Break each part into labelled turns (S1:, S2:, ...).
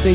S1: 最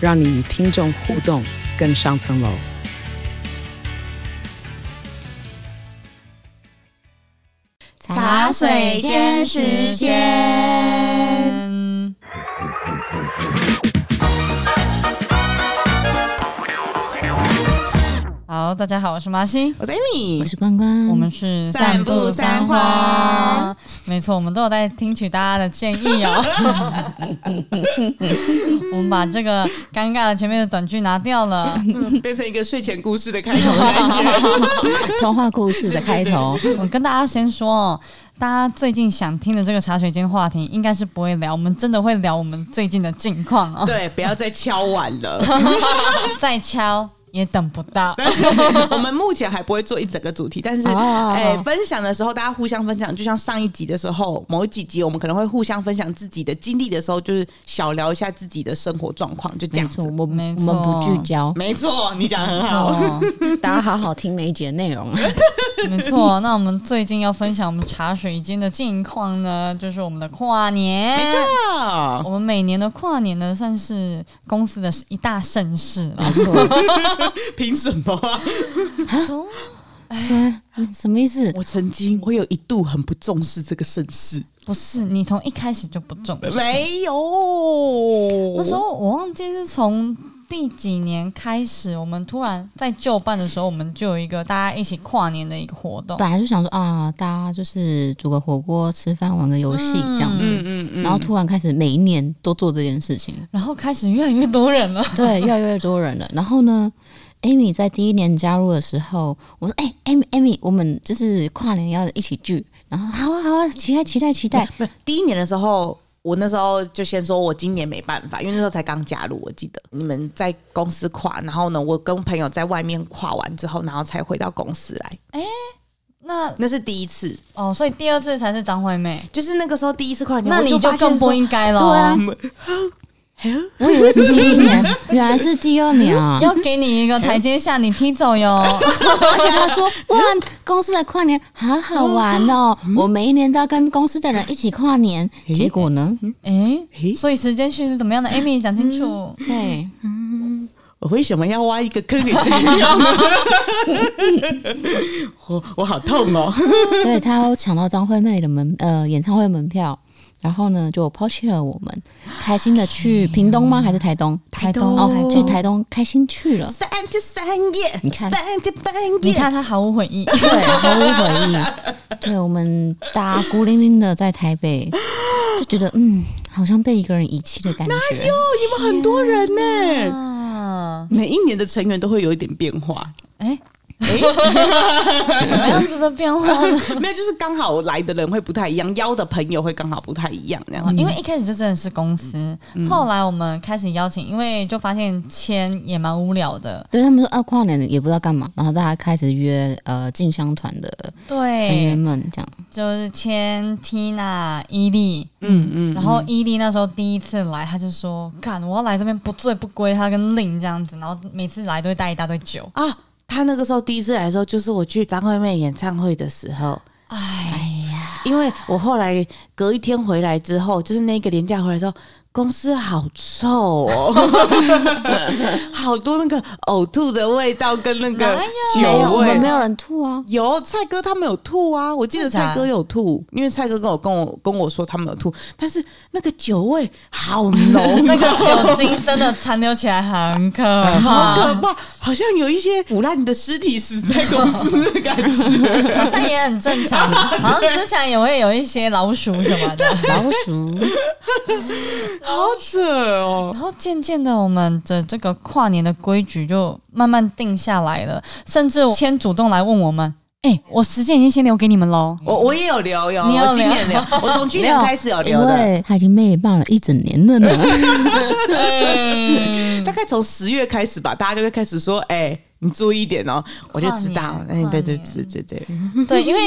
S1: 让你与听众互动更上层楼。
S2: 茶水间时间，
S3: 好，大家好，我是麻西，
S4: 我是 Amy，
S2: 我是关关，
S3: 我们是
S4: 散步三花，
S3: 没错，我们都有在听取大家的建议 哦。我们把这个尴尬的前面的短句拿掉了，
S4: 呃变成一个睡前故事的开头的 感觉。
S2: 童话故事的开头，
S3: 我跟大家先说哦，大家最近想听的这个茶水间话题，应该是不会聊，我们真的会聊我们最近的近况哦。
S4: 对，不要再敲碗了。
S3: 再敲也等不到。
S4: 我们目前还不会做一整个主题，但是
S2: 哦哦哦
S4: 哎、分享的时候大家互相分享，就像上一集的时候，某几集我们可能会互相分享自己的经历的时候，就是小聊一下自己的生活状况，就这样
S2: 没错，
S4: 子。
S2: 我
S3: 没
S2: 们我
S3: 错
S2: 们不聚焦，
S4: 没错，你讲得很好。
S3: 哦
S2: 大家好好听每一节内容。啊
S3: 没错，那我们最近要分享我们茶水间的近况呢，就是我们的跨年。
S4: 没
S3: 我
S4: 错，
S3: 们每年的跨年呢，算是公司的一大盛事了。
S4: 凭什么啊？
S3: 从
S2: 嗯 什么意思？
S4: 我曾经，我有一度很不重视这个盛世，
S3: 不是你从一开始就不重视，
S4: 没有。
S3: 那时候我忘记是从第几年开始，我们突然在旧办的时候，我们就有一个大家一起跨年的一个活动。
S2: 本来就想说啊，大家就是煮个火锅、吃饭、玩个游戏这样子，
S4: 嗯
S2: 然后突然开始每一年都做这件事 情，
S3: 然后开始越来越多人了，
S2: 对，越来越多人了。然后呢，Amy 在第一年加入的时候，我说：“哎、a m y Amy，我们就是跨年要一起聚。”然后好啊好啊，期待期待期待。
S4: 没有第一年的时候，我那时候就先说，我今年没办法，因为那时候才刚加入，我记得你们在公司跨，然后呢，我跟朋友在外面跨完之后，然后才回到公司来，
S3: 嗯那
S4: 那是第一次，
S3: 哦，所以第二次才是张惠妹，
S4: 就是那个时候第一次跨年，
S3: 那
S4: 我
S3: 你
S4: 就
S3: 就
S4: 发现
S3: 更不
S4: 说
S3: 应该了。
S2: 对啊我以为是第一年，原来是第二年啊！
S3: 要给你一个台阶下，你踢走 哟。
S2: 而且他说：“哇，公司的跨年好好玩哦！我每一年都要跟公司的人一起跨年。”结果呢？
S3: 诶，
S4: 诶嗯
S3: 所以时间序是怎么样的？Amy 讲清楚。
S2: 对，
S4: 我为什么要挖一个坑给自己跳呢？我我好痛哦！
S2: 所以他抢到张惠妹的门呃演唱会门票，然后呢就抛弃了我们，开心的去屏东吗？还是台东？
S3: 台东
S2: 哦，去台东开心去了。
S4: 三天三夜，
S2: 你看
S4: 三天半
S3: 你
S4: 夜，
S3: 看他毫无悔意，
S2: 对，毫无回忆。对我们大家孤零零的在台北，就觉得嗯，好像被一个人遗弃的感觉。
S4: 你哦们很多人呢、
S3: 啊，
S4: 每一年的成员都会有一点变 化，
S3: 哎、怎么样子的变化 呢？
S4: 没有，就是刚好来的人会不太一样，邀的朋友会刚好不太一样，这样。
S3: 因为一开始就真的是公司，
S4: 嗯
S3: 后来我们开始邀请，因为就发现签也蛮无聊的，
S2: 对他们说啊，跨年也不知道干嘛，然后大家开始约呃进香团的成
S3: 对，
S2: 员们这样。
S3: 就是签 Tina、伊利，
S4: 嗯嗯
S3: 然后伊利那时候第一次来，他就说：“干，我要来这边不醉不归。”他跟令这样子，然后每次来都会带一大堆酒，
S4: 啊，他那个时候第一次来的时候，就是我去张惠妹演唱会的时候，
S3: 哎，
S4: 因为我后来隔一天回来之后，就是那个年假回来之后。公司好 臭哦，好多那个呕吐的味道跟那个
S3: 哪
S4: 酒
S2: 没有，我们没
S4: 味。
S2: 有人吐啊。
S4: 有蔡哥他们有吐啊，我记得
S3: 真的假的
S4: 蔡哥有吐，因为蔡哥跟我跟我跟我说他们有吐，但是那个酒味好 浓，
S3: 那个酒精真的残留起来很可
S4: 好 可
S3: 怕，
S4: 怕，好像有一些腐烂的尸体死在公司的 感觉。
S3: 好像也很正 常，好像之前也会有一些老鼠什么的。
S2: 老鼠，
S4: 好扯哦！
S3: 然后渐渐的，我们的这个跨年的规矩就慢慢定下来了，甚至千主动来问我们：“哎、我时间已经先留给你们喽。
S4: 我我也有留有，
S3: 你有
S4: 我今
S3: 留
S4: 年留，我 从去年开始有
S2: 因
S4: 留的，
S2: 为他已经被棒了一整年了 呢。
S4: 大概从十月开始吧，大家就会开始说，哎、你注意一点哦，我就知道，
S3: 跨
S4: 哎、
S3: 年
S4: 对对
S3: 跨
S4: 对对对，
S3: 对，因为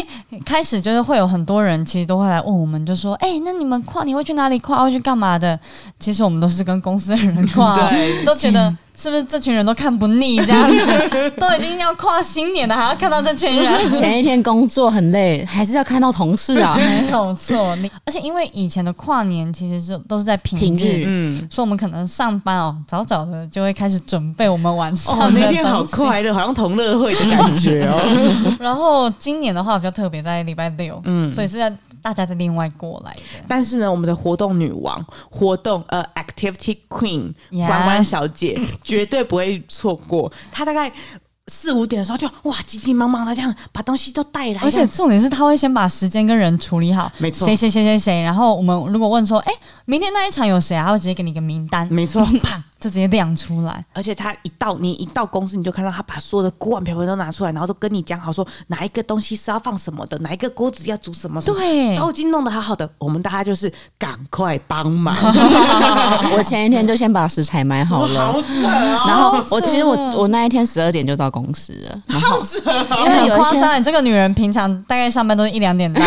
S3: 开始就是会有很多人，其实都会来问我们，就说：“哎、那你们跨年会去哪里跨？会去干嘛的？”其实我们都是跟公司的人跨 哦， 都觉得是不是这群人都看不腻这样子， 都已经要跨新年了，还要看到这群 人。
S2: 前一天工作很累，还是要看到同事啊。
S3: 没有错，你而且因为以前的跨年其实是都是在平日，
S2: 平日
S4: 嗯。
S3: 所以我们可能上班哦，早早的就会开始准备我们晚上的
S4: 哦，那天好
S3: 东西
S4: 快乐，好像同乐会的感觉 哦。
S3: 然后今年的话比较特别，在礼拜六，
S4: 嗯
S3: 所以是在大家在另外过来的。
S4: 但是呢，我们的活动女王、活动呃 Activity Queen
S3: Yes
S4: 关关小姐绝对不会错过。她大概四五点的时候就哇急急忙忙的这样把东西都带来，
S3: 而且重点是，他会先把时间跟人处理好，
S4: 没错
S3: 谁谁谁谁谁。然后我们如果问说，哎、明天那一场有谁啊？他会直接给你一个名单，
S4: 没错，
S3: 啪就直接亮出来。
S4: 而且他一到你一到公司，你就看到他把所有的锅碗瓢盆都拿出来，然后都跟你讲好说哪一个东西是要放什么的，哪一个锅子要煮什么什么，
S3: 对
S4: 都已经弄得好好的。我们大家就是赶快 帮忙，
S2: 我前一天就先把食材买好啊了。
S4: 扯哦
S2: 然后我
S3: 扯
S2: 其实我我那一天十二点就到公司了，然后因为
S3: 很
S2: 有一
S3: 夸
S2: 些
S3: 张，你这个女人平常大概上班都是一两 点到，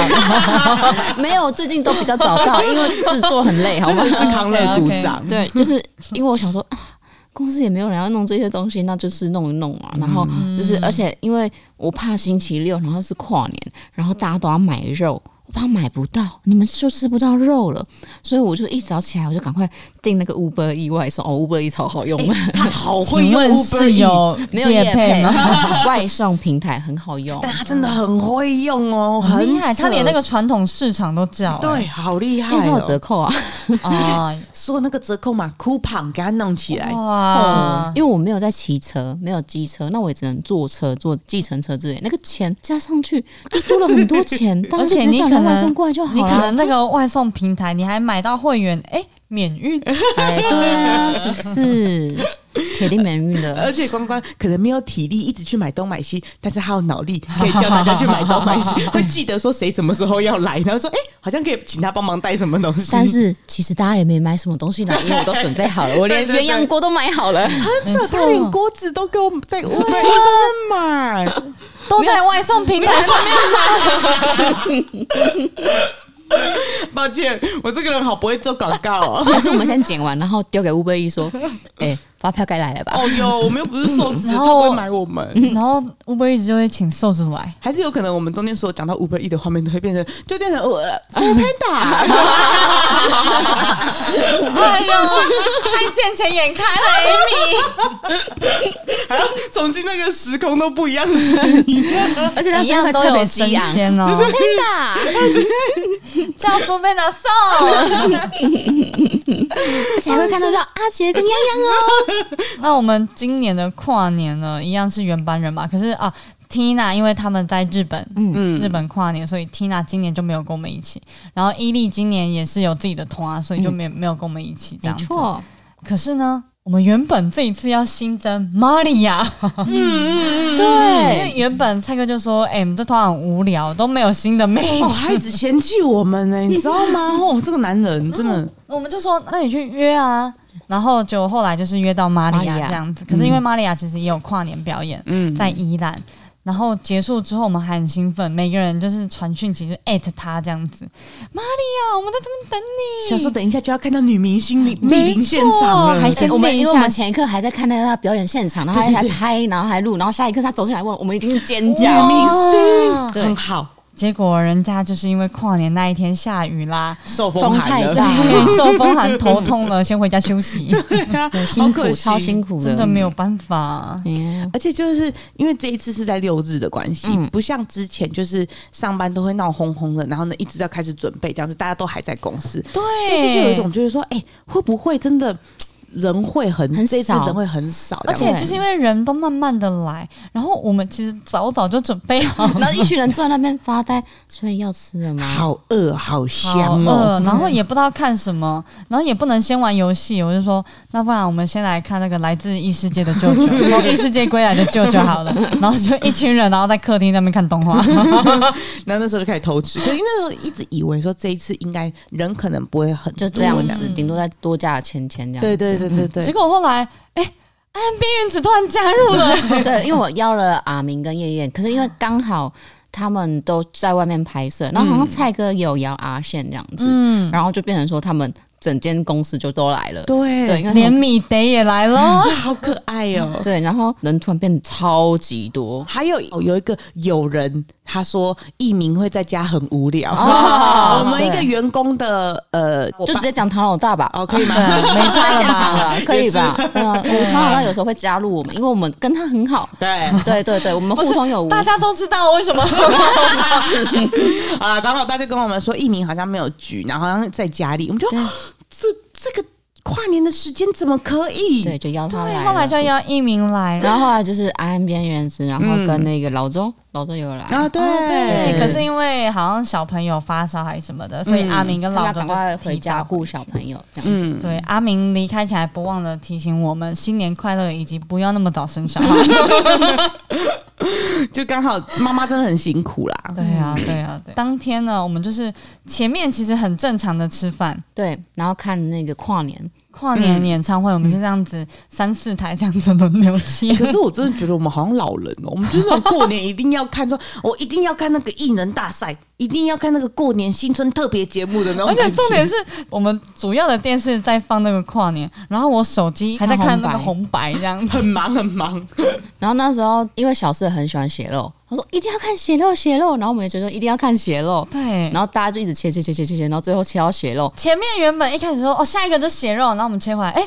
S2: 没有，最近都比较早到，因为制作很累，好
S4: 真
S2: 吗
S4: 的？是 康乐鼓掌。
S2: 对，就是因为我想说啊，公司也没有人要弄这些东西，那就是弄一弄嘛。然后就是，而且因为我怕星期六，然后是跨年，然后大家都要买肉。我怕买不到，你们就吃不到肉了，所以我就一早起来，我就赶快订那个 Uber E 外送。哦，Uber E 超好 用，
S4: 他好会
S3: 请
S4: 用
S3: 问
S4: Uber
S3: 是
S4: E，
S3: 有
S2: 没有
S3: 业
S2: 业配哎
S3: 吗？
S2: 外送平台很好 用。
S4: 但他真的很会用哦，
S3: 很厉
S4: 很
S3: 害，
S4: 扯
S3: 他连那个哎传统市场都叫、欸
S4: 对，好厉害
S2: 因为它有折
S4: 哦！
S2: 扣啊，
S3: 啊、
S4: 说那个折扣嘛，coupon 给他弄起 来，
S3: 哇，
S4: 哦
S2: 嗯因为我没有在骑车，没有机车，那我也只能坐车、坐计程车之类。那个钱加上去就多了很多钱，大家
S3: 而
S2: 就
S3: 且
S2: 直接
S3: 你
S2: 叫
S3: 可
S2: 人外
S3: 能
S2: 送过来就好
S3: 你可
S2: 了。
S3: 能那个外送平台，你还买到会员，哎、免 运，
S2: 哎，对啊，是不是？铁定免运
S4: 而
S2: 的。
S4: 且关关可能没有体力一直去买东买西，但是他有脑力，可以叫大家去买东买 西，会记得说谁什么时候要来，然后说哎、诶好像可以请他帮忙带什么东西。
S2: 但是其实大家也没买什么东西来，因为我都准 备好了，我连
S4: 对对对
S2: 鸳鸯锅都买好了。
S3: 没
S4: 这他连
S3: 错，
S4: 锅子都给我们在 Uber Eats 上 面买，
S3: 都在外送平台上面。
S4: 抱歉，我这个人好不会做广告哦。
S2: 还是我们先剪完，然后丢给乌龟一说：“哎、发票该来了吧
S4: 哦哟，我们又不是瘦子，
S3: 然
S4: 他
S3: 后
S4: 会买我们。
S3: 然后 Uber 一直就会请瘦子来，
S4: 还是有可能，我们中间所有讲到 Uber E 的画面都会变成，就变成呃 f p a n d a
S3: 哎 呦，太见钱眼开 了，Amy，
S4: 还要重新那个时空都不一样的时空。！”
S2: 而且他
S3: 一
S2: 现
S3: 样
S2: 在
S3: 都
S2: 特
S3: 有
S2: 别
S3: 生
S2: 激昂， 真
S3: 鲜哦，
S2: 的，
S3: 叫福贝的瘦。
S2: 而且还会看得到阿杰跟洋洋哦。
S3: 那我们今年的跨年呢，一样是原班人马，可是啊，Tina 因为他们在日本，嗯，日本跨年，所以 Tina 今年就没有跟我们一起。然后伊利今年也是有自己的团，所以就没有、没有跟我们一起这
S2: 嗯没
S3: 样子。
S2: 错，
S3: 可是呢，我们原本这一次要新增玛利亚，嗯因为
S2: 对，
S3: 原本蔡哥就说：“哎、我们这团很无聊，都没有新的妹
S4: 哦，
S3: 子。
S4: 他一直嫌弃我们 呢、你知道吗？哦，这个男人真的，
S3: 我们就说：“那你去约啊。”然后就后来就是约到玛利
S2: 玛
S3: 亚
S2: 利亚
S3: 这样子。可是因为玛利亚其实也有跨年表演，
S4: 嗯，
S3: 在宜兰。然后结束之后，我们还很兴奋，每个人就是传讯息，就艾特他这样子。玛利亚，我们在这边等你。
S4: 想说等一下就要看到女明星莅莅
S3: 没
S4: 临现
S3: 错
S4: 场了，
S3: 还
S2: 对
S3: 先
S2: 我们
S3: 练一
S2: 因为我们
S3: 下
S2: 前一刻还在看那个他表演现场，然后还还拍，然后还录，然后下一刻他走进来问我们，已经是尖
S4: 女
S2: 叫。
S4: 明星
S3: 哇
S2: 对
S4: 很好，
S3: 结果人家就是因为跨年那一天下雨啦，
S4: 受
S2: 风
S4: 风寒
S2: 太
S4: 了
S2: 大，
S3: 对，受风寒头痛了，先回家休息，
S4: 对啊，好
S2: 辛苦
S4: 可，惜
S2: 超辛苦的，
S3: 真的没有办法。
S2: 嗯。
S4: 而且就是因为这一次是在六日的关系，
S2: 嗯
S4: 不像之前就是上班都会闹哄哄的，然后呢一直要开始准备，这样子大家都还在公司。
S3: 对，
S4: 这次就有一种就是说，哎、会不会真的人会很
S2: 很
S4: 这次
S2: 少
S4: 人会很少，
S3: 而且
S4: 这样
S3: 就是因为人都慢慢的来，然后我们其实早早就准备 好
S2: 然后一群人坐在那边发呆，所以要吃了吗？
S4: 好饿好
S3: 好
S4: 香哦，
S3: 饿，呃然后也不知道看什么，然后也不能先玩游戏，我就说，那不然我们先来看那个来自异世界的舅舅， 从异世界归来的舅舅好了， 然后就一群人，然后在客厅那边看动 画，
S4: 然后 那时候就开始偷吃，可是那时候一直以为说这一次应该人可能不会很
S2: 就
S4: 多
S2: 这样
S4: 样
S2: 子，顶多再多加了钱钱这样
S4: 对
S2: 子。
S4: 对对对对，
S3: 结果后来，哎、安边缘子突然加入 了，
S2: 对，因为我邀了阿明跟燕燕，可是因为刚好他们都在外面拍摄，然后好像蔡哥也有邀阿宪这样子，
S3: 嗯，
S2: 然后就变成说他们整间公司就都来了。
S4: 对
S2: 对，因为他
S3: 连
S2: 们
S3: 米德也来 了，
S4: 好可爱 哦。
S2: 对，然后人突然变超级多。
S4: 还有有一个友人，他说艺名会在家很无聊。
S2: 哦
S4: 我们一个
S2: 对
S4: 员工的呃，伙
S2: 就
S4: 伴
S2: 直接讲唐老大吧，
S4: 哦，可以吗？
S2: 没在现 场了，可以吧？嗯，我
S3: 对
S2: 唐老大有时候会加入我们，因为我们跟他 很好。
S4: 对，
S2: 对对对，我们互通有无。
S3: 大家都知道为什么，
S4: 好了，张老大就跟我们说，艺名好像没有局，然后好像在家里，我们就
S2: 对
S4: 这这个跨年的时间怎么可以？
S2: 对，就邀他来
S3: 对，
S2: 了。
S3: 后来就要一鸣来，然
S2: 然
S3: 后。
S2: 后后来就是安安边缘师，然后
S3: 嗯
S2: 跟那个老周，老周也有来。
S4: 啊，对
S3: 对，嗯
S2: 对
S3: 可是因为好像小朋友发烧还是什么的，所以阿明跟
S2: 他
S3: 老
S2: 要
S3: 周
S2: 赶
S3: 就
S2: 快
S3: 提
S2: 回
S3: 早
S2: 家顾小朋友，这样。
S4: 嗯，
S3: 对，阿明离开前还不忘了提醒我们新年快乐，以及不要那么早生小 孩。
S4: 就刚好妈妈真的很辛苦啦。
S3: 对啊，对啊，对。当天呢，我们就是前面其实很正常的吃饭，
S2: 对，然后看那个跨年，
S3: 跨年演唱会我们就这样子三四台这样子轮流 切。
S4: 可是我真的觉得我们好像老人哦，我们就是那种过年一定要看说，我一定要看那个艺人大赛，一定要看那个过年新春特别节目的那种
S3: 而
S4: 感觉。
S3: 且重点是我们主要的电视在放那个跨年，然后我手机还在看那个
S2: 看
S3: 红白这样子。
S4: 很忙很忙，
S2: 然后那时候因为小四很喜欢血肉，他说一定要看血肉血肉，然后我们也觉得一定要看血肉，
S3: 对，
S2: 然后大家就一直切切切切切切，然后最后切到血肉，
S3: 前面原本一开始说哦下一个就血肉，然后我们切回来，哎，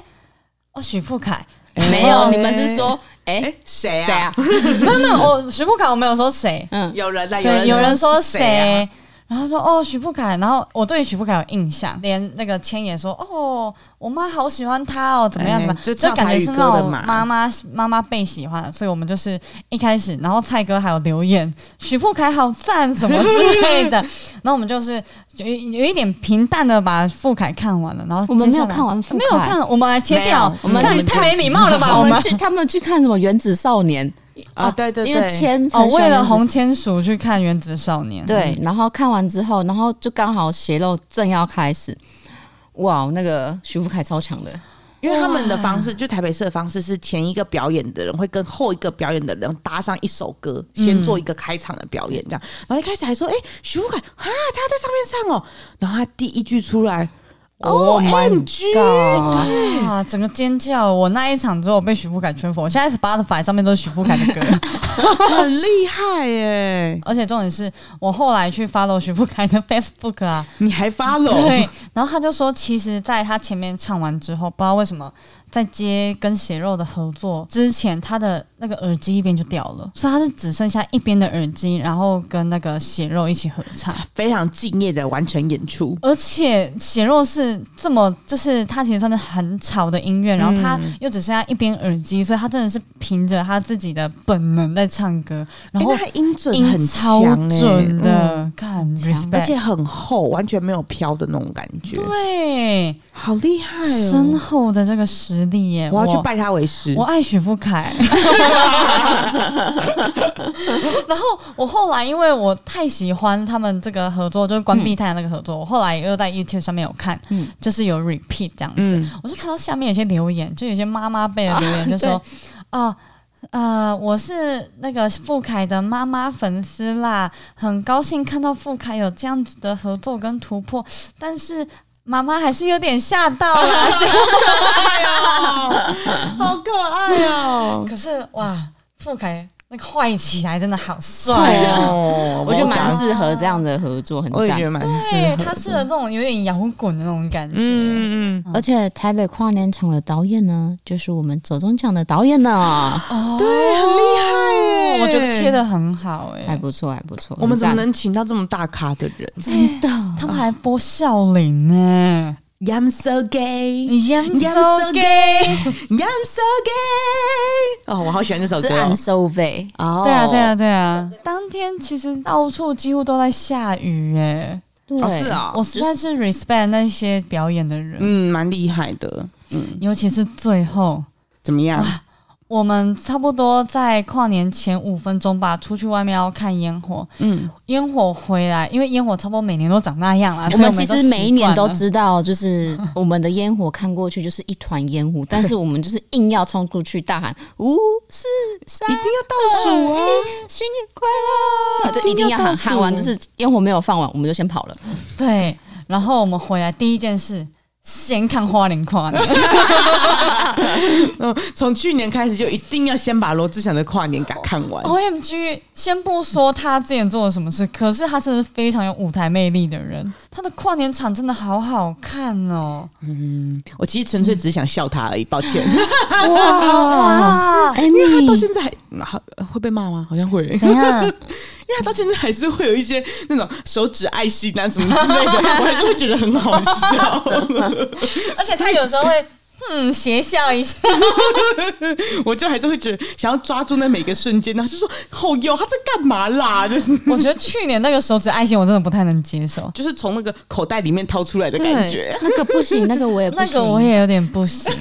S3: 哦许富凯，
S2: 没有，你们是说哎
S4: 哎谁
S2: 谁
S4: 啊
S2: 啊？？
S3: 没有没有，我许富凯我没有说谁，
S2: 嗯，
S4: 有人来，
S3: 对，有人说
S4: 是谁啊？
S3: 谁？然后说哦，许富凯，然后我对许富凯有印象，连那个千也说哦，我妈好喜欢他哦，怎么样
S4: 哎
S3: 怎么样，
S4: 就
S3: 就
S4: 唱
S3: 感觉
S4: 台
S3: 是
S4: 语歌
S3: 那
S4: 的
S3: 种
S4: 嘛
S3: 妈妈妈妈被喜欢，所以我们就是一开始，然后蔡哥还有留言，许富凯好赞什么之类 的，然后我们就是有有一点平淡的把富凯看完了，然后
S2: 我们没有
S3: 接下来
S2: 看完富
S3: 没有
S2: 凯
S3: 看，我们还切
S4: 没有
S3: 掉，
S2: 我们
S3: 看太没礼貌了吧，
S2: 我
S3: 我们
S2: 们去他们去看什么《原子少年》
S4: 啊，对对对，
S2: 因为千
S3: 哦
S2: 很喜欢
S3: 为了
S2: 原子
S3: 红千鼠去看《原子少年》，
S2: 对，然后看完之后，然后就刚好血肉正要开始，哇，那个徐福凯超强的，
S4: 因为他们的方式，就台北市的方式是前一个表演的人会跟后一个表演的人搭上一首歌，先做一个开场的表演，这样。然后一开始还说：“哎、徐福凯啊，他在上面唱哦。”哦然后他第一句出来，O
S3: 哦 Oh
S4: M G，
S3: 啊！整个尖叫！我那一场之后被许富凯圈粉，我现在 Spotify 上面都是许富凯的歌，
S4: 很厉害耶、
S3: 而且重点是我后来去 follow 许富凯的 Facebook 啊，
S4: 你还 follow？
S3: 对，然后他就说，其实在他前面唱完之后，不知道为什么在接跟血肉的合作之前，他的那个耳机一边就掉了，所以他是只剩下一边的耳机，然后跟那个血肉一起合唱。
S4: 非常敬业的完成演出。
S3: 而且血肉是这么，就是他其实算是很吵的音乐，然后他
S4: 嗯
S3: 又只剩下一边耳机，所以他真的是凭着他自己的本能在唱歌，然后
S4: 哎那他音准
S3: 音
S4: 很
S3: 超
S4: 强耶
S3: 准
S4: 嗯
S3: 的，看
S2: 强
S3: respect，
S4: 而且很厚，完全没有飘的那种感觉，
S3: 对
S4: 好厉害
S3: 深
S4: 哦！
S3: 厚的这个实力耶，
S4: 我要去拜他为师
S3: 我。爱许富凯。然后我后来因为我太喜欢他们这个合作，就是关闭太阳那个合作，我后来又在 YouTube 上面有看，
S2: 嗯
S3: 就是有 repeat 这样子，
S4: 嗯，
S3: 我就看到下面有些留言，就有些妈妈辈的留言就说啊。呃，我是那个傅凯的妈妈粉丝啦，很高兴看到傅凯有这样子的合作跟突破，但是妈妈还是有点吓到啊 啦。
S4: 好可爱哦！
S3: 可是哇，傅凯那个坏起来真的好帅
S4: 对
S3: 啊！
S4: 哦，
S2: 我觉得蛮
S4: 感
S2: 适合这样的合作，很
S4: 我也
S2: 赞
S4: 觉。得蛮
S3: 对
S4: 适合。
S3: 他适合这种有点摇滚的那种感觉。
S4: 啊嗯嗯嗯，
S2: 而且台北跨年场的导演呢，就是我们走中奖的导演呢，
S3: 哦，
S4: 对，很厉害耶
S3: 我觉得切的很好哎、
S2: 还不错，还不错。
S4: 我们怎么
S2: 很赞
S4: 能请到这么大咖的人？
S2: 真的？
S3: 他们还播笑脸呢、
S4: I'm so gay,
S3: I'm
S4: I'm so gay, I'm so gay。哦，我好喜欢这首
S2: 是
S4: 歌
S2: 按收费，
S4: 哦。
S3: 对啊，对啊，对啊！当天其实到处几乎都在下雨耶，
S2: 对，
S4: 哦，是啊
S3: 我，实在是 respect 那些表演的人，
S4: 嗯，蛮厉害的。
S3: 尤其是最后，
S4: 怎么样？
S3: 我们差不多在跨年前五分钟吧，出去外面要看烟火，
S4: 嗯，
S3: 烟火回来，因为烟火差不多每年都长那样啦。
S2: 我
S3: 所以
S2: 们
S3: 啊我
S2: 其
S3: 都
S2: 实每一年都
S3: 习
S2: 知道，就是我们的烟火看过去就是一团烟雾，但是我们就是硬要冲出去大喊“五四三
S4: 一定要倒数啊！
S2: 新年快乐”，就一定要喊喊完，就是烟火没有放完，我们就先跑了。
S3: 惯了对，然后我们回来第一件事。先看花莲跨年，
S4: 嗯，从去年开始就一定要先把罗志祥的跨年给看完。
S3: O M G！先不说他之前做了什么事，可是他真的是非常有舞台魅力的人。他的跨年场真的好好看哦！
S4: 我其实纯粹只想笑他而已，抱歉。
S2: 哇哎
S3: 哇，
S4: 他到
S2: ，Amy，
S4: 现在还嗯好会被骂吗？好像会，因
S3: 怎 样？
S4: 为他到现在还是会有一些那种手指爱心啊什么之类的，我还是会觉得很好笑。
S3: 而且他有时候会嗯邪笑一 下，
S4: 我就还是会觉得想要抓住那每个瞬间，然后就说：“好哟，他在干嘛啦？”就是
S3: 我觉得去年那个手指爱心我真的不太能接受，
S4: 就是从那个口袋里面掏出来的感觉。
S2: 那个不行，那个我也不
S3: 那
S2: 行，
S3: 个我也有点不 行。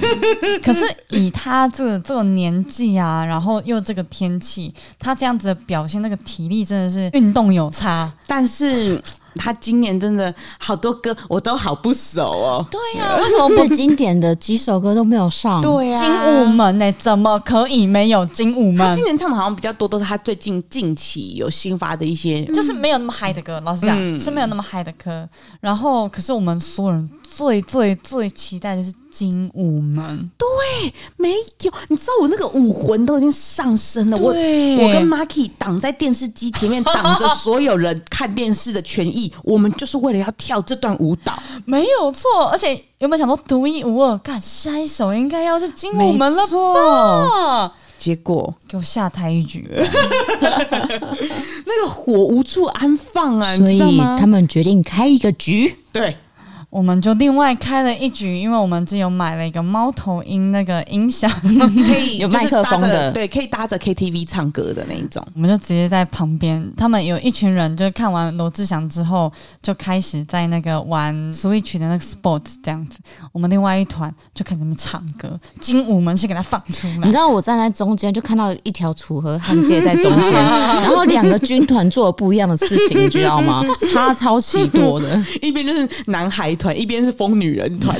S3: 可是以他这个这个年纪啊，然后又这个天气，他这样子的表现，那个体力真的是运动有差。
S4: 但是他今年真的好多歌我都好不熟哦。
S3: 对呀、
S2: 啊
S3: 为什么不
S2: 最经典的几首歌都没有上，
S3: 精武门呢、哎怎么可以没有精武
S4: 他
S3: 门
S4: 今？年唱的好像比较多，都是他最近近期有新发的一些，
S3: 就是没有那么嗨的歌，老实讲、
S4: 嗯
S3: 是没有那么嗨的歌。然后，可是我们所有人最最最期待就是精武门。
S4: 没有，你知道我那个武魂都已经上升了，我
S3: 对
S4: 我跟 Marky 挡在电视机前面，挡着所有人看电视的权益，我们就是为了要跳这段舞蹈。
S3: 没有错，而且原本想说独一无二，干下一首应该要是精武门了
S4: 没错，
S3: 吧？
S4: 结果
S3: 给我下台一局，
S4: 那个火无处安放啊，你
S2: 所
S4: 知
S2: 以
S4: 道吗
S2: 他？们决定开一个局。
S4: 对，
S3: 我们就另外开了一局，因为我们只有买了一个猫头鹰那个音响，
S4: 可以
S2: 有麦克风的
S4: 就是搭着对，可以搭着 KTV 唱歌的那一种。
S3: 我们就直接在旁边。他们有一群人，就是看完罗志祥之后，就开始在那个玩 Switch 的那个 Sport 这样子。我们另外一团就看他们唱歌，精武门是给他放出
S2: 你
S3: 来
S2: 知。道我站在中间，就看到一条楚河汉界在中 间，然后两个军团做了不一样的事情，你知道吗？差超级多的。
S4: 一边就是男孩团，一边是疯女人团。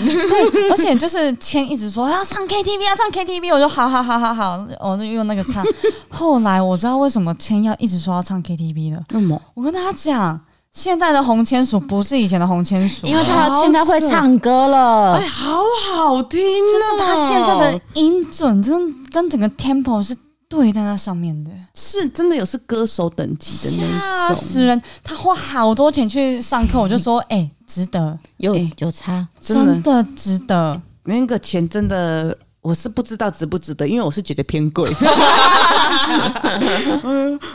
S3: 而且就是千一直说要唱 KTV 要啊唱 KTV，我就好好好好好，我就用那个 唱。后来我知道为什么千要一直说要唱 KTV 了，
S4: 那么
S3: 我跟大家讲。现在的红签鼠不是以前的红签鼠，
S2: 因为他现在会唱歌了
S4: 哎，，好好听
S3: 真的，
S4: 哦！
S3: 他现在的音准真的跟整个 tempo 是对在那上面的，
S4: 是真的有是歌手等级的那
S3: 吓
S4: 一
S3: 死
S4: 种，
S3: 人！他花好多钱去上课，我就说，哎、值得，
S2: 有
S4: 哎
S2: 有差。
S4: 真的
S3: 真的值得。
S4: 那个钱真的。我是不知道值不值得，因为我是觉得偏贵。
S3: 哦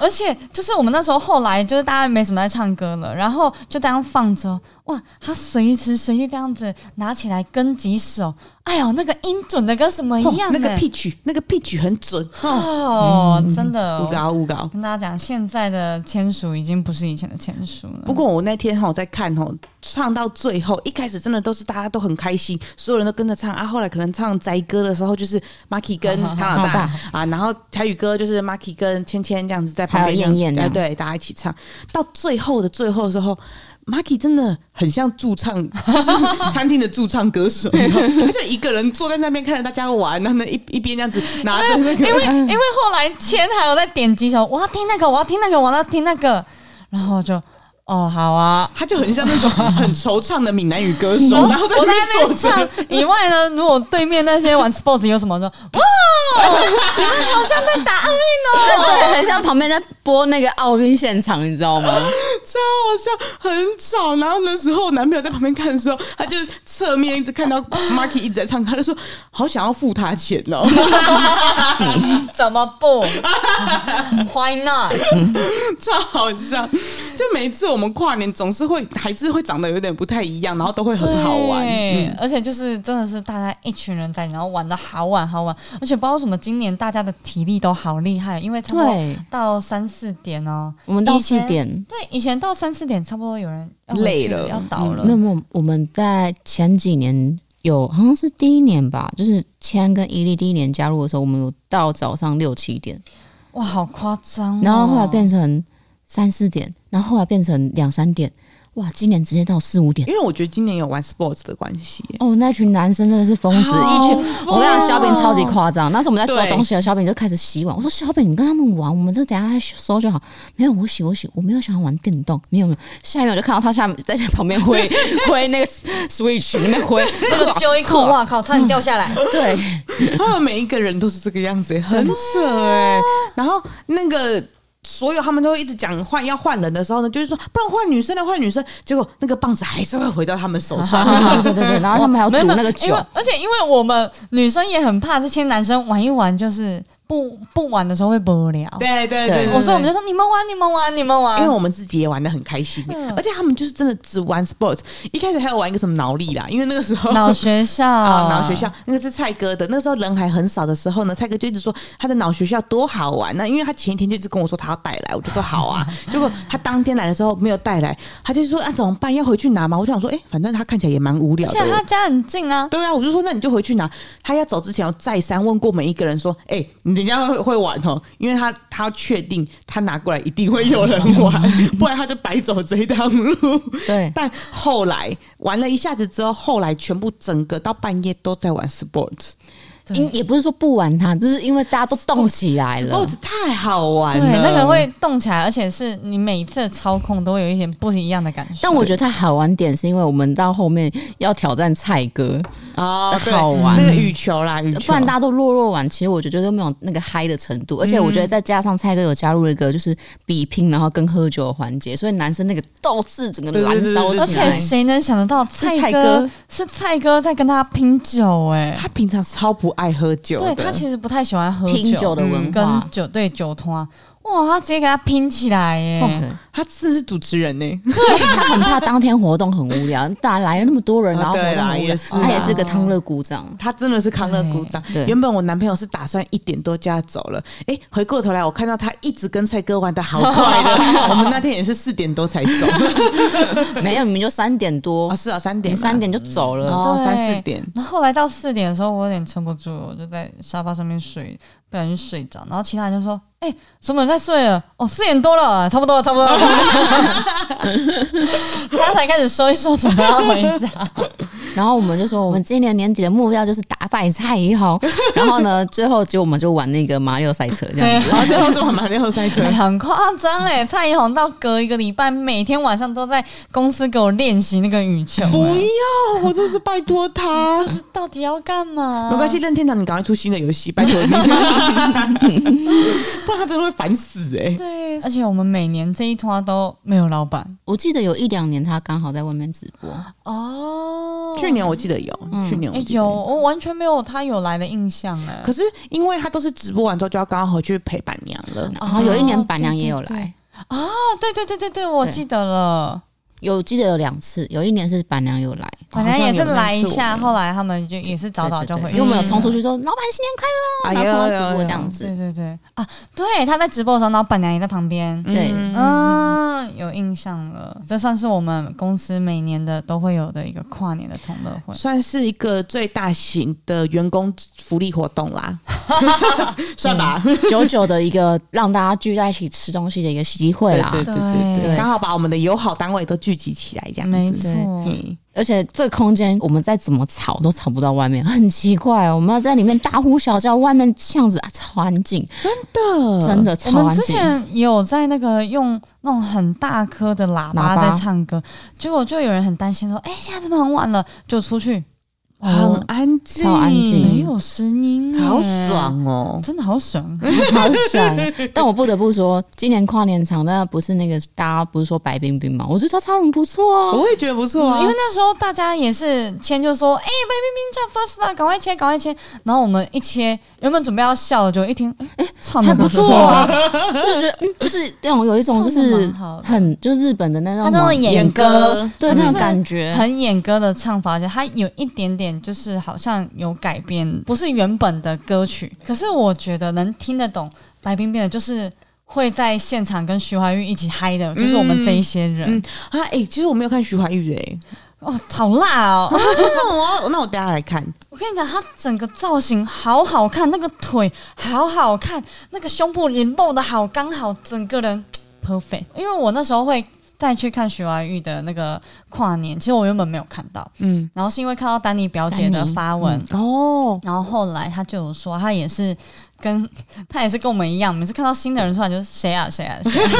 S3: 而且就是我们那时候后来就是大家没什么在唱歌了，然后就这样放着，哇，他随时随地这样子拿起来跟几首，哎呦，那个音准的跟什么一样、
S4: 那个啊
S3: 哎
S4: pitch，那个 pitch 很准，
S3: 哦，真的，
S4: 五高五高。
S3: 跟大家讲，现在的签署已经不是以前的签署了。
S4: 不过我那天哈在看哈，唱到最后，一开始真的都是大家都很开心，所有人都跟着唱啊。后来可能唱斋歌的时候，就是 Marky 跟唐老
S2: 唐老
S4: 大啊，然后台语歌就是 Marky 跟芊芊这样子在旁边
S2: 还有
S4: 这样，
S2: 燕燕
S4: 对
S2: 这
S4: 对，大家一起唱。到最后的最后的时候。Marky 真的很像驻唱，就是 餐厅的驻唱歌手，你知道他就一个人坐在那边看着大家玩，然后呢一一边这样子拿着那个，
S3: 因为因为后来千还有在点几首，我要听那个，我要听那个，我要听那个，然后我就哦好啊。
S4: 他就很像那种很惆怅的闽南语歌手，
S3: 我
S4: 然后在
S3: 我在那
S4: 那边
S3: 边
S4: 坐着
S3: 唱。以外呢，如果对面那些玩 sports 有什么说，哇，你们好像在打奥运哦。
S2: 对，很像旁边在播那个奥运现场，你知道吗？
S4: 超好笑，很吵。然后那时候我男朋友在旁边看的时候，他就侧面一直看到 Marky 一直在唱，他就说好想要付他钱 哦。
S3: 怎 么不？Why not？
S4: 超好笑！就每次我我们跨年总是会还是会长得有点不太一样，然后都会很好玩。
S3: 对
S4: 嗯
S3: 而且就是真的是大家一群人在，然后玩的好晚好晚，而且不知道为什么今年大家的体力都好厉害，因为差不多
S2: 对，
S3: 到三四点哦。
S2: 我们到
S3: 以
S2: 四
S3: 前
S2: 点，
S3: 对，以前到三四点差不多有人要回
S4: 累
S3: 去
S4: 了
S3: 要倒了。
S2: 没有没有，我们在前几年有好像是第一年吧，就是千跟伊利第一年加入的时候，我们有到早上六七点，
S3: 哇，好夸张、哦！
S2: 然后后来变成三四点，然后后来变成两三点，哇，今年直接到四五点
S4: 因。为我觉得今年有玩 sports 的关系，
S2: 哦，那群男生真的是疯子，一群我跟你讲，小饼超级夸张。那时候我们在收
S4: 对
S2: 东西了，小饼就开始洗碗。我说：“小饼，你跟他们玩，我们这等一下再收就好。”没有，我洗，我洗，我没有想要玩电动，没有没有。下一秒就看到他下面在旁边挥挥那个 Switch 那边挥，
S3: 就揪一口，哇靠，差点掉下 来。
S2: 对，
S4: 他们每一个人都是这个样子，很扯哎、然后那个。所有他们都会一直讲换要换人的时候呢，就是说不然换女生的换女生，结果那个棒子还是会回到他们手 上。
S2: 对对对对。然后他们还要
S3: 没
S2: 赌
S3: 有
S2: 那个
S3: 因
S2: 酒
S3: 为，而且因为我们女生也很怕这些男生玩一玩，就是不不玩的时候会无聊。
S4: 对对
S2: 对
S4: 对，
S3: 我说我们就
S4: 就。
S3: 说你们玩，你们玩，你们玩。
S4: 因为我们自己也玩的很开心，
S3: 嗯
S4: 而且他们就是真的只玩 sport。一开始还有玩一个什么脑力啦，因为那个时候
S3: 脑学 校，
S4: 啊，脑学校那个是蔡哥的，那时候人还很少的时候呢，蔡哥就一直说他的脑学校多好玩啊那、因为他前一天就一直跟我说他要带来，我就说好 啊，结果他当天来的时候没有带来，他就说啊怎么办，要回去拿吗？我就想说，哎、反正他看起来也蛮无聊
S3: 而
S4: 的
S3: 且，他家很近啊。
S4: 对啊，我就说那你就回去拿。他要走之前，我再三问过每一个人说：“哎、你人家会会玩哦，因为他他要确定他拿过来一定会有人 玩，不然他就白走这一趟路。
S2: 对”。
S4: 但后来玩了一下子之后，后来全部整个到半夜都在玩 sports，sports
S3: 对
S2: 因也不是说不玩它，就是因为大家都动起来了。
S4: 太好玩了，
S3: 对，那个会动起来，而且是你每一次的操控都会有一点不一样的感受。
S2: 但我觉得它好玩点是因为我们到后面要挑战蔡哥，
S4: 啊，对
S2: 好玩
S4: 那个羽球啦，羽球，
S2: 不然大家都落落完，其实我觉得都没有那个嗨的程度，而且我觉得
S4: 嗯
S2: 再加上蔡哥有加入了一个就是比拼，然后跟喝酒的环节，所以男生那个斗志整个燃烧
S3: 而
S2: 起
S3: 且
S2: 来。
S3: 谁能想得到蔡
S2: 蔡
S3: 哥
S2: 哥
S3: 是蔡哥在跟他拼酒哎、
S4: 他平常超不爱喝酒
S3: 对
S4: 的，
S3: 他其实不太喜欢喝
S2: 拼酒的文化
S3: 跟，酒对酒托啊，哇，他直接给他拼起来耶、
S2: 对
S4: 他真的是主持人呢、
S2: 嗯他很怕当天活动很无聊， 大来了那么多人，
S4: 啊
S2: 然后活
S4: 对
S2: 动
S4: 啦
S2: 很无聊
S4: 也，是
S2: 他也
S4: 啦
S2: 是个汤乐鼓掌。
S4: 他真的是康乐鼓掌
S2: 对对。
S4: 原本我男朋友是打算一点多就要走了，哎、回过头来我看到他一直跟蔡哥玩的好 快乐。我们那天也是四点多才走，
S2: 没有，你们就三点多
S4: 哦，，是啊，三
S2: 你
S4: 点啊，
S2: 们三点就走了。
S4: 哦，
S3: 对
S4: 三四点。
S3: 然后后来到四点的时候，我有点撑不住了，我就在沙发上面睡，不小心睡着。然后其他人就说：“哎、怎么在睡了？哦，四点多了，差不多了，差不多了。差不多了” 大家才开始收一收，准备要回家。
S2: 然后我们就说，我们今年年底的目标就是打败蔡 依豪。然后呢，最后结果我们就玩那个马里奥赛车这样子。
S4: 然后最后哦是我们六赛车
S3: 哎，，很夸张哎！蔡依红到隔一个礼拜，每天晚上都在公司给我练习那个羽球、
S4: 不
S3: 哎
S4: 要，我真是拜托 他。
S3: 到底要干嘛？
S4: 没关系，，任天堂，你赶快出新的游戏，拜托你， 不然他真的会烦死哎、
S2: 啊
S3: 对。而且我们每年这一拖都没有老板
S2: 我记得有一两年他刚好在外面直播，
S3: 哦。
S4: 去年我记得有，
S2: 嗯
S4: 去年我
S3: 哎、
S4: 记得
S3: 有，我完全没有他有来的印象哎、
S4: 可是因为他都是直播完之后就要刚好回去陪伴娘了，
S2: 然后有一年板娘也有
S3: 哦对对
S2: 来，
S3: 哦，对对对对对，我
S2: 对
S3: 记得了，
S2: 有记得有两次，有一年是板娘有来，
S3: 反正也是来一
S4: 好像有那
S3: 下，
S4: 次我们
S3: 后来他们就也是早早就
S2: 对
S3: 回
S2: 对对
S3: 去，
S2: 因为我们有冲出去
S3: 嗯
S2: 说老板新年快
S4: 啊
S2: 乐，然后冲
S4: 有有
S2: 到直播
S4: 有
S2: 这样子
S3: 对，对对啊，对，他在直播的时候，然后板娘也在旁边。
S2: 对
S4: 嗯
S3: 嗯，有印象了。这算是我们公司每年的都会有的一个跨年的同乐会。
S4: 算是一个最大型的员工福利活动 啦，算吧。
S2: 久久的一个让大家聚在一起吃东西的一个机会啦。
S4: 对对对
S3: 对
S4: 对，刚好把我们的友好单位都聚集起来，这样子
S3: 没错，
S4: 嗯
S2: 而且这个空间我们再怎么吵都吵不到外面，很奇怪、我们要在里面大呼小叫，外面巷子啊超安静，
S4: 真的
S2: 真的
S3: 我
S2: 超
S3: 们
S2: 安
S3: 之
S2: 静。
S3: 前有在那个用那种很大颗的喇叭
S2: 喇叭
S3: 在唱歌，结果
S2: 哦嗯
S3: 就有人很担心说：“哎、现在这么很晚了，就出去。”
S4: 很安静，
S2: 超安静
S3: 没有有声音，
S4: 好，爽哦！
S3: 真的好爽。
S2: 好 爽！但我不得不说，今年跨年场那不是那个大家不是说白冰冰嘛？我觉得他唱得很不错啊。
S4: 我也觉得不错啊，
S3: 因为那时候大家也是签，就说：“哎、白冰冰唱 first 啊，赶快签，赶快签。”然后我们一签，原本准备要笑的，就一听，哎、唱的
S2: 还不错啊，就是嗯，就是让我有一种就
S3: 唱得
S2: 是
S3: 蛮好的
S2: 很就是日本的那种
S3: 他那种演歌，
S2: 对
S3: 他
S2: 那
S3: 就
S2: 种
S3: 是
S2: 感觉，
S3: 很演歌的唱法，而且它有一点点就是好像有改编，不是原本的歌曲。可是我觉得能听得懂白冰冰的，就是会在现场跟徐怀钰一起嗨的，就是我们这一些人。
S4: 嗯啊，哎、其实我没有看徐怀钰的、欸，
S3: 哦，好辣哦！
S4: 那我要那我等下来看，
S3: 我跟你讲，她整个造型好好看，那个腿好好看，那个胸部也露的好刚好，整个人 perfect。因为我那时候会。再去看徐怀钰的那个跨年，其实我原本没有看到，
S4: 嗯，
S3: 然后是因为看到丹妮表姐的
S2: 丹妮
S3: 发文，
S4: 哦，
S3: 然后后来他就有说，他也是跟 他也是跟我们一样，每次看到新的人出来就是谁啊谁啊谁啊，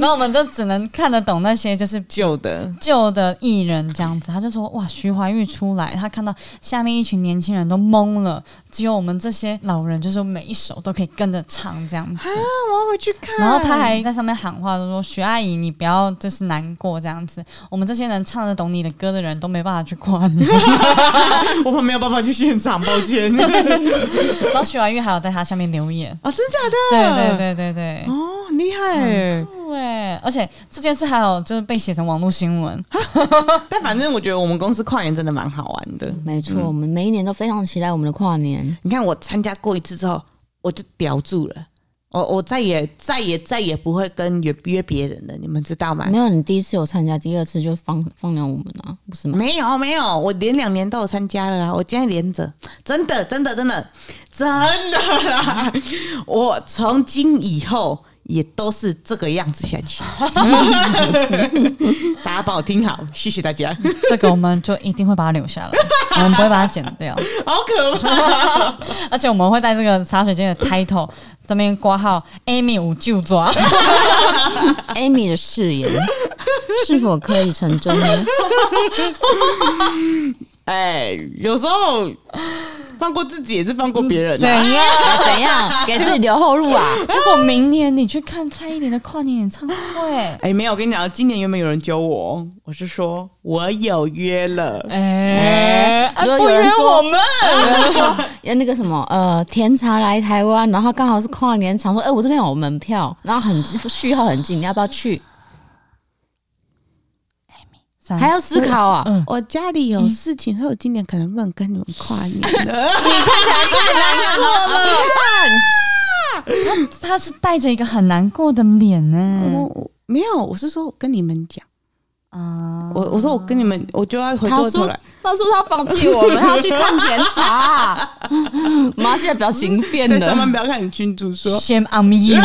S3: 然后我们就只能看得懂那些就是
S4: 旧的，
S3: 旧的艺人这样子。他就说哇，徐怀钰出来，他看到下面一群年轻人都懵了，只有我们这些老人就是每一首都可以跟着唱这样子。
S4: 我要回去看。
S3: 然后他还在上面喊话，就说徐阿姨，你不要就是难过这样子，我们这些能唱得懂你的歌的人都没办法去跨年。
S4: 我们没有办法去现场，抱歉。
S3: 然后徐怀钰还有在他下面留言。
S4: 啊，真假的？
S3: 对对，对对对，
S4: 哦，很厉害欸！
S3: 对，而且这件事还有就是被写成网络新闻，
S4: 但反正我觉得我们公司跨年真的蛮好玩的。
S2: 没错，我们每一年都非常期待我们的跨年。
S4: 你看我参加过一次之后，我就叼住了，我我再也再也再也不会跟约约别人了，你们知道吗？
S2: 没有，你第一次有参加，第二次就放放了我们啊，不是吗？
S4: 没有没有，我连两年都有参加了啊！我今天连着，真的真的真的真的啦！我从今以后也都是这个样子下去。大家帮我听好，谢谢大家。
S3: 这个我们就一定会把它留下来，我们不会把它剪掉，
S4: 好可怕！
S3: 而且我们会在这个茶水间的 title 这边挂号 Amy 五就 抓，
S2: Amy 的誓言是否可以成 真呢？
S4: 哎，有时候放过自己也是放过别人
S3: 怎
S4: 的、啊。
S3: 样？
S2: 怎样给自己留 后路啊？
S3: 结果明年你去看蔡依林的跨年演唱 会，
S4: 哎，没有，我跟你讲，今年原本有人揪我，我是说我有约了。
S3: 哎、啊
S2: 如果
S3: 不
S2: 有人
S3: 约
S2: 说
S3: 我们，
S2: 呃，那个什么，呃，甜茶来台湾，然后刚好是跨年场，说，哎、我这边有门票，然后很序号很近，你要不要去？
S3: 三
S2: 还要思 考啊！
S4: 我家里有事情，所以我今年可能不能跟你们跨年了。
S3: 他是带着一个很难过的脸呢、
S4: 我我没有，我是说我跟你们讲，
S3: 啊，
S4: 我我说我跟你们，我就要回
S2: 他
S4: 过头
S2: 说
S4: 来。：“
S2: 他说他放弃我们，他要去看甜茶、 妈现在表情变
S4: 在上
S2: 了，
S4: 班不要看你群主 说，
S3: Shame on you！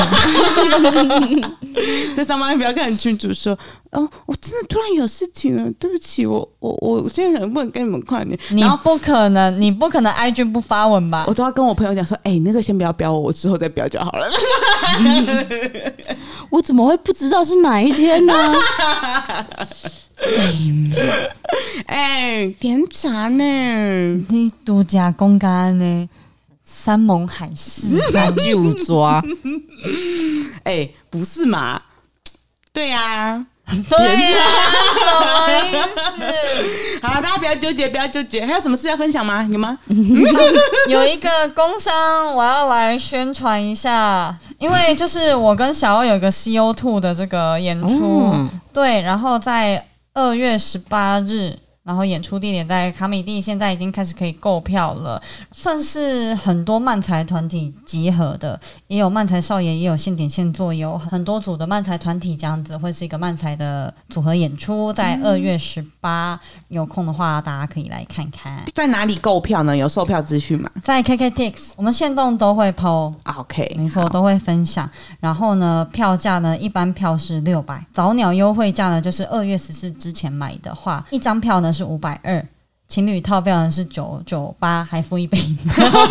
S4: 在上班不要看你群主说，哦，我真的突然有事情了，对不起，我我我我现在可能不能跟你们跨年，
S3: 你
S4: 然后
S3: 不可能，你不可能 IG 不发文吧
S4: 我？都要跟我朋友讲说，哎、那个先不要标我，我之后再标就好了。
S2: 我怎么会不知道是哪一 天呢、
S4: 哎、甜茶呢？
S3: 你度假公干呢？山盟海誓，
S2: 就抓，
S4: 哎、不是嘛？对呀、啊，
S3: 对啊，什么意思？
S4: 好，大家不要纠结，不要纠结。还有什么事要分享吗？有吗？
S3: 有一个工商，我要来宣传一下，因为就是我跟小欧有个 CO Two 的这个演出，
S2: 嗯
S3: 对，然后在二月十八日。然后演出地点在卡米蒂，现在已经开始可以购票了，算是很多漫才团体集合的，也有漫才少爷，也有现点现做，有很多组的漫才团体这样子，会是一个漫才的组合演出，在二月十八、有空的话大家可以来看看，
S4: 在哪里购票呢？有售票资讯吗
S3: 在 KKTix 我们现动都会 PO，
S4: 啊？OK，
S3: 没错，
S4: 好
S3: 都会分享。然后呢，票价呢，一般票是六百，早鸟优惠价呢，就是二月十四之前买的话，一张票呢是五百二。情侣套票呢是九九八，还付一杯饮料，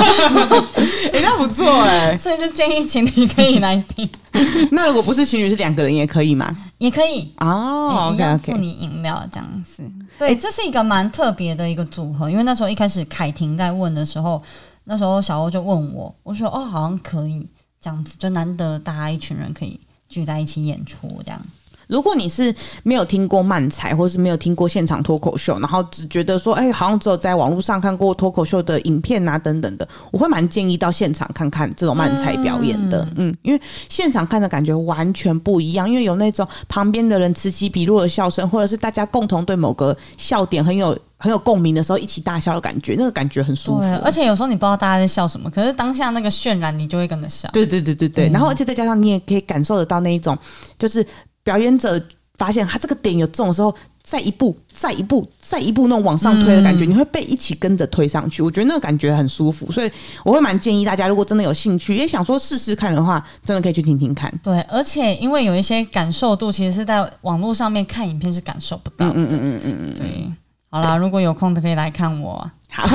S4: 哎、那不错 哎、
S3: 所以就建议情侣可以来订，
S4: 那如果不是情侣，是两个人也可以吗？
S3: 也可以
S4: 哦
S3: 一
S4: ，OK
S3: 样付
S4: OK，
S3: 你饮料这样子。对，这是一个蛮特别的一个组合，因为那时候一开始凯婷在问的时候，那时候小欧就问我，我说哦，好像可以这样子，就难得大家一群人可以聚在一起演出这样。
S4: 如果你是没有听过漫才，或是没有听过现场脱口秀，然后只觉得说，哎、好像只有在网络上看过脱口秀的影片啊等等的，我会蛮建议到现场看看这种漫才表演的，嗯因为现场看的感觉完全不一样，因为有那种旁边的人此起彼落的笑声，或者是大家共同对某个笑点很有很有共鸣的时候一起大笑的感觉，那个感觉很舒服
S3: 对，。而且有时候你不知道大家在笑什么，可是当下那个渲染，你就会跟着笑。
S4: 对对对对
S3: 嗯
S4: 对，然后而且再加上你也可以感受得到那一种，就是表演者发现啊他这个点有中的时候，再一步再一步再一步那种往上推的感
S3: 嗯
S4: 觉，你会被一起跟着推上去。我觉得那个感觉很舒服，所以我会蛮建议大家，如果真的有兴趣，也想说试试看的话，真的可以去听听看。
S3: 对，而且因为有一些感受度，其实是在网络上面看影片是感受不到的。嗯嗯嗯嗯对，好啦，如果有空的可以来看我啊。
S4: 好，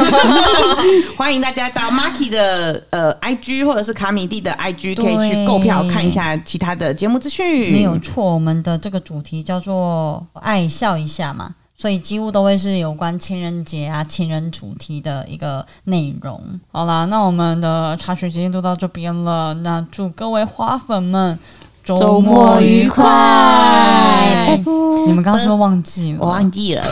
S4: 欢迎大家到 Marky 的呃 IG 或者是卡米蒂的 IG 可以去
S3: 对
S4: 购票看一下其他的节目资讯。
S3: 没有错，我们的这个主题叫做“爱笑一下”嘛，所以几乎都会是有关情人节啊、情人主题的一个内容。好啦，那我们的茶水间就到这边了。那祝各位花粉们周末愉快！
S2: 拜拜。
S3: 你们刚刚是不是忘记了？
S4: 我忘记了。